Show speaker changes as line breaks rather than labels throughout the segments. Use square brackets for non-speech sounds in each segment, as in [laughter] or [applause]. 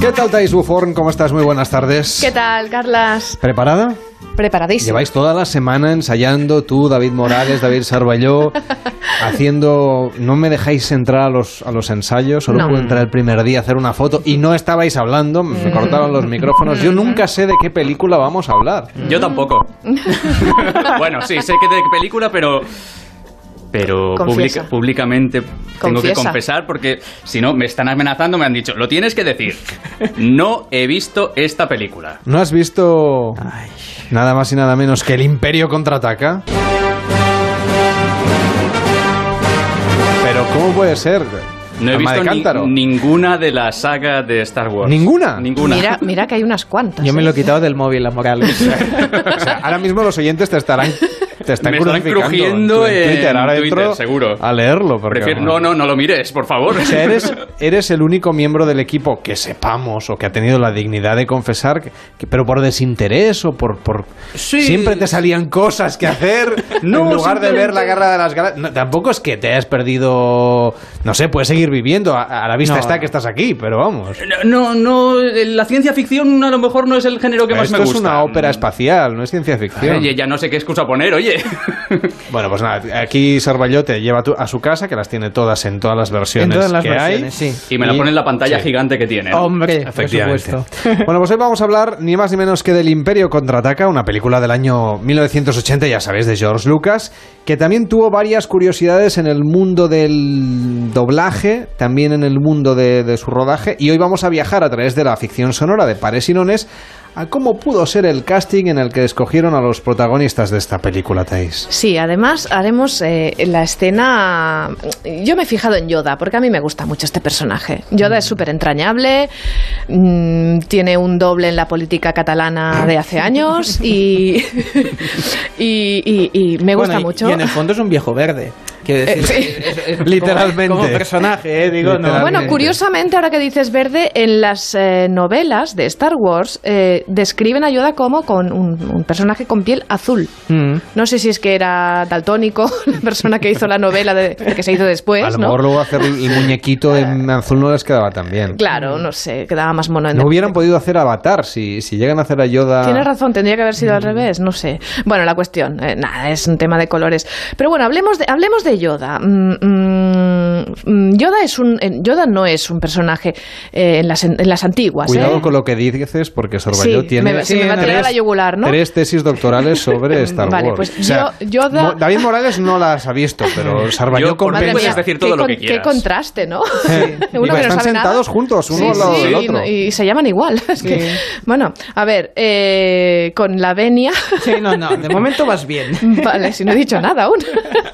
¿Qué tal, Thais Buforn? ¿Cómo estás? Muy buenas tardes.
¿Qué tal, Carlas?
¿Preparada?
Preparadísimo.
Lleváis toda la semana ensayando, tú, David Morales, David
[laughs]
Sarballó, haciendo... No me dejáis entrar a los, a los ensayos, solo
No.
puedo entrar el primer día a hacer una foto y no estabais hablando,
Mm.
me cortaron los micrófonos. Yo nunca sé de qué película vamos a hablar.
Yo
[laughs]
tampoco. bueno, sí, sé que de película, pero. Pero
Confiesa.
pública- públicamente tengo que
Confiesa.
confesar porque si no me están amenazando, me han dicho, lo tienes que decir. No he visto esta película.
¿No has visto nada más y nada menos que El Imperio contraataca? Pero ¿cómo puede ser?
No he
Alma de
visto ni-
cántaro.
ninguna de la saga de Star Wars.
¿Ninguna?
Ninguna.
Mira, mira que hay unas cuantas.
Yo me
¿eh?
lo he quitado del móvil, a
[laughs]
Morales.
O sea, ahora mismo los oyentes te estarán te están
Me estarán
crucificando
crujiendo
en tu- en Twitter,
en
ahora
Twitter,
entro
seguro.
a leerlo porque
[laughs] Prefiero- no, no, no lo mires, por favor.
O sea, eres, eres el único miembro del equipo que sepamos o que ha tenido la dignidad de confesar, que- que- pero por desinterés o por... por
Sí.
Siempre te salían cosas que
[laughs]
hacer
No,
en lugar de
simplemente-
ver la guerra de las galaxias. No, tampoco es que te hayas perdido... No sé, puedes seguir viviendo. A, a la vista
No.
está que estás aquí, pero vamos.
[laughs] No, no, eh, la ciencia ficción a lo mejor no es el género que más
Esto
me
es
gusta.
una ópera espacial, no es ciencia ficción.
Oye, ya no sé qué excusa poner, oye. [laughs]
Bueno, pues nada, aquí Sarballo te lleva tu- a su casa, que las tiene todas en todas las versiones
en todas las
que
versiones,
hay.
sí.
Y me la pone en la pantalla
Sí.
gigante que tiene.
Hombre, por
Efectivamente.
supuesto.
[laughs] Bueno, pues hoy vamos a hablar ni más ni menos que del Imperio Contraataca, una película del año 1980, ya sabéis, de George Lucas, que también tuvo varias curiosidades en el mundo del doblaje, también en el mundo de, de su rodaje, y hoy vamos a viajar a través de la ficción sonora de Pares y Nones a cómo pudo ser el casting en el que escogieron a los protagonistas de esta película, Thais.
Sí, además haremos eh, la escena. Yo me he fijado en Yoda, porque a mí me gusta mucho este personaje. Yoda es súper entrañable, mm, tiene un doble en la política catalana de hace años y, [laughs] y, y- y me gusta
Bueno, y-
mucho. Eh,
Y en el fondo es un viejo verde. Quiero
Eh,
decir,
sí.
[laughs] es- es- es como-
Literalmente.
Como, personaje, eh, digo, no.
Literalmente.
Bueno, curiosamente, ahora que dices verde, en las eh, novelas de Star Wars eh, describen a Yoda como con un, un personaje con piel azul.
Mm.
No sé si es que era daltónico, [laughs] la persona que hizo la novela de- que se hizo después.
a lo
¿no?
mejor luego hacer el muñequito
[laughs]
en azul no les quedaba tan bien.
Claro, no sé, quedaba más mono. en
No
el-
hubieran podido hacer Avatar si, si llegan a hacer a Yoda.
Tienes razón, tendría que haber sido
Mm.
al revés, no sé. Bueno, la cuestión, eh, nada, es un tema de colores. Pero bueno, hablemos de, hablemos de Yoda. Mm, mm, mm, Yoda, es un, eh, Yoda no es un personaje eh, en, las, en las antiguas.
Cuidado
¿eh?
con lo que dices, porque Sorballo
Sí,
tiene
me- sí, me va a tirar a la yugular, ¿no?
tres tesis doctorales
[laughs]
sobre Star
Vale,
Wars.
pues yo- Yoda-
Mo- David Morales no las ha visto, pero Sarballó
Yo, por
Madre
compensa.
mía,
Puedes decir todo
qué
lo que
con- Qué
quieras.
contraste, ¿no? [laughs] Uno
Digo,
que no
están
sabe nada.
sentados juntos, uno
Sí,
al lado
sí,
del
y
otro.
no- Y, se llaman igual. [laughs] Es que- bueno, a ver, eh, con la venia.
Sí, no,
[laughs]
no. De momento vas bien.
[laughs] Vale, si no he dicho nada aún. [laughs]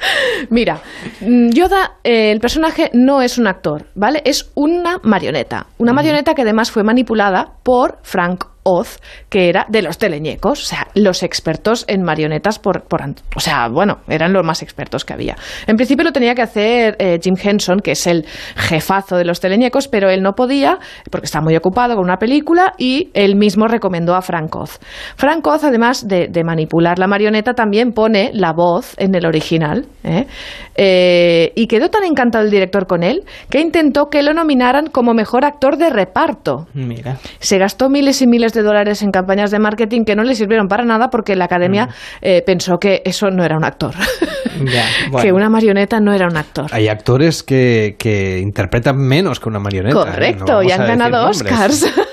Mira, mm, Yoda, eh, el personaje no es un actor, ¿vale? Es una marioneta. Una marioneta que además fue manipulada por Frank Oz, que era de los teleñecos, o sea, los expertos en marionetas por, por ant- o sea, bueno, eran los más expertos que había. En principio lo tenía que hacer eh, Jim Henson, que es el jefazo de los teleñecos, pero él no podía porque estaba muy ocupado con una película y él mismo recomendó a Frank Oz. Frank Oz, además de, de manipular la marioneta, también pone la voz en el original. ¿eh? Eh, y quedó tan encantado el director con él que intentó que lo nominaran como mejor actor de reparto.
[laughs] Mira.
Se gastó miles y miles de dólares en campañas de marketing que no le sirvieron para nada porque la academia eh, pensó que eso no era un actor.
Mm. Ya,
[laughs]
bueno.
Que una marioneta no era un actor.
Hay actores que, que interpretan menos que una marioneta. ¿eh? No
Correcto,
vamos
y
a
han
decir
ganado
nombres.
Oscars. [laughs]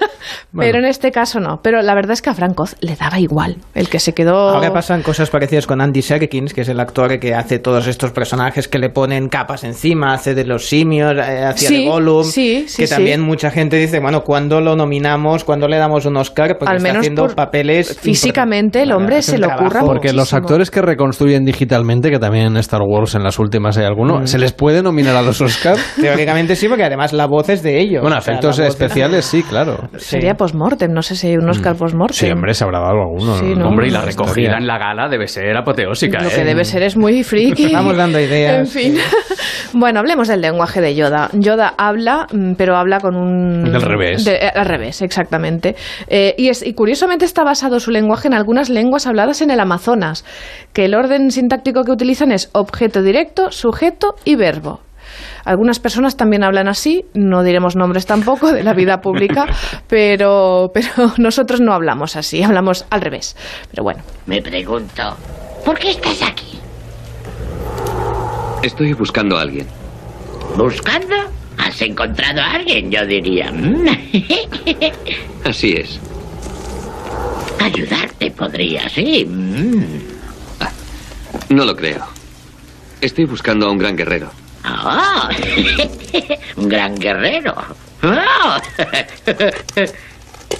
Bueno.
Pero en este caso no. Pero la verdad es que a Frank Oz le daba igual. El que se quedó.
Ahora pasan cosas parecidas con Andy Serkins, que es el actor que hace todos estos personajes que le ponen capas encima, hace de los simios, eh, hacía
Sí,
de Gollum,
sí, sí,
que
sí.
también mucha gente dice, bueno, ¿cuándo lo nominamos? ¿Cuándo le damos un Oscar? Porque
Al
está
menos
haciendo
por-
papeles...
físicamente el
importantes.
hombre
Hace
se
un
lo
trabajo.
curra
Porque los
Muchísimo.
actores que reconstruyen digitalmente, que también en Star Wars en las últimas hay alguno, ¿se les puede nominar a los Oscars?
Teóricamente sí, porque además la voz es de ellos.
bueno,
O sea,
efectos
la voz es-
especiales, sí, claro.
Sería postmortem. No sé si hay un Oscar postmortem.
Mm. Sí, hombre, se habrá dado alguno.
Sí, ¿no?
Hombre, y la
Estaría-
recogida en la gala debe ser apoteósica,
Lo
¿eh?
que debe ser
[laughs]
es muy friki.
Vamos dando ideas.
En fin. [laughs] Bueno, hablemos del lenguaje de Yoda. Yoda habla, mm, pero habla con un...
Del revés.
de- eh, al revés, exactamente. Eh, y, es, y curiosamente está basado su lenguaje en algunas lenguas habladas en el Amazonas, que el orden sintáctico que utilizan es objeto directo, sujeto y verbo. Algunas personas también hablan así, no diremos nombres tampoco de la vida
[laughs]
pública, pero, pero [laughs] nosotros no hablamos así, hablamos al revés. Pero bueno,
Me pregunto, ¿por qué estás aquí?
Estoy buscando a alguien.
¿Buscando? Has encontrado a alguien, yo diría. Mm. [laughs]
Así es.
Ayudarte podría, sí. Mm.
No lo creo. Estoy buscando a un gran guerrero.
Oh. [laughs] Un gran guerrero. Oh. [laughs]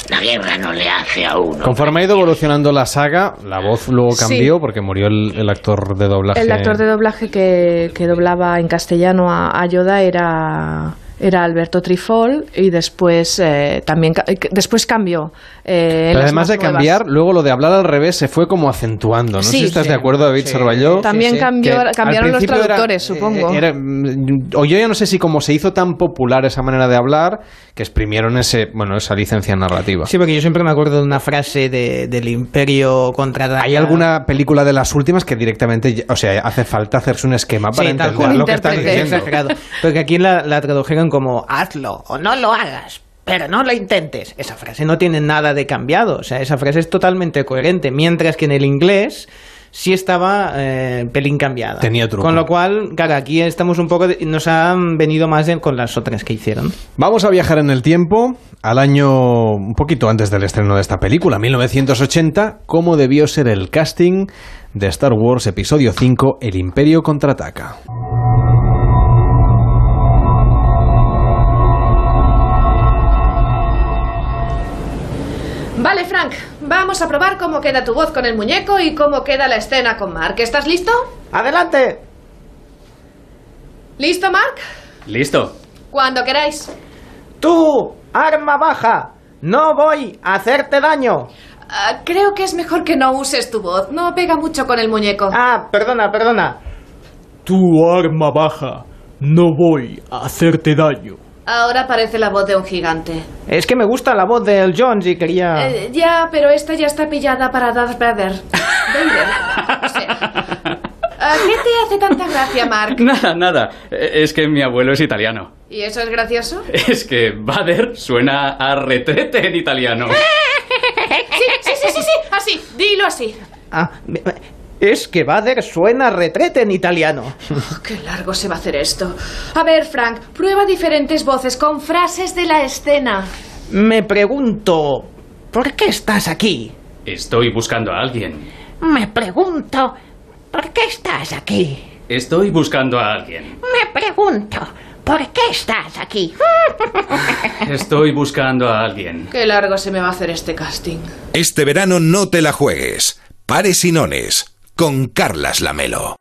La guerra no le hace a uno.
Conforme ha ido evolucionando la saga, la voz luego cambió porque murió el, el actor de doblaje.
el actor de doblaje que, que doblaba en castellano a, a Yoda era, era Alberto Trifol y después eh, también ca- después cambió. eh,
Pero
las
además
más
de
nuevas.
cambiar, luego lo de hablar al revés se fue como acentuando. No sé
Sí,
si estás
sí.
de acuerdo, David
Sí.
Sarballó.
También
Sí, sí.
cambió,
que al
cambiaron los
principio era-
traductores,
eh,
supongo.
era, mm, o yo ya no sé si como se hizo tan popular esa manera de hablar, que exprimieron ese, bueno, esa licencia narrativa.
Sí, porque yo siempre me acuerdo de una frase de- del Imperio contra
Hay alguna película de las últimas que directamente, ya- o sea, hace falta hacerse un esquema para
Sí, tal
entender
cual.
lo que están
Intérprete.
diciendo.
Exagerado. Porque aquí la, la tradujeron como hazlo o no lo hagas, pero no lo intentes. Esa frase no tiene nada de cambiado. O sea, esa frase es totalmente coherente. Mientras que en el inglés sí estaba eh, pelín cambiada.
Tenía truco.
Con lo cual, claro, aquí estamos un poco. de- nos han venido más de- con las otras que hicieron.
Vamos a viajar en el tiempo al año un poquito antes del estreno de esta película, 1980, cómo debió ser el casting de Star Wars Episodio 5, El Imperio contraataca.
Vale, Frank, vamos a probar cómo queda tu voz con el muñeco y cómo queda la escena con Mark. ¿Estás listo?
¡Adelante!
¿Listo, Mark?
Listo.
Cuando queráis.
¡Tú, arma baja! ¡No voy a hacerte daño!
Ah, creo que es mejor que no uses tu voz. No pega mucho con el muñeco.
Ah, perdona, perdona.
Tu arma baja. No voy a hacerte daño.
Ahora parece la voz de un gigante.
Es que me gusta la voz del Jones y quería.
Eh, ya, pero esta ya está pillada para Darth [laughs] Vader. Vader. o sea. Ah, ¿Qué te hace tanta gracia, Mark?
[laughs] Nada, nada. Eh, Es que mi abuelo es italiano.
¿Y eso es gracioso?
Es que Bader suena a retrete en italiano.
Sí, sí, sí, sí, sí. Así, dilo así.
Ah, me- me- es que Bader suena a retrete en italiano.
Oh, qué largo se va a hacer esto. A ver, Frank, prueba diferentes voces con frases de la escena.
Me pregunto, ¿por qué estás aquí?
Estoy buscando a alguien.
Me pregunto, ¿por qué estás aquí?
Estoy buscando a alguien.
Me pregunto, ¿por qué estás aquí?
Estoy buscando a alguien.
Qué largo se me va a hacer este casting.
Este verano no te la juegues. Pares y nones con Carlas Lamelo.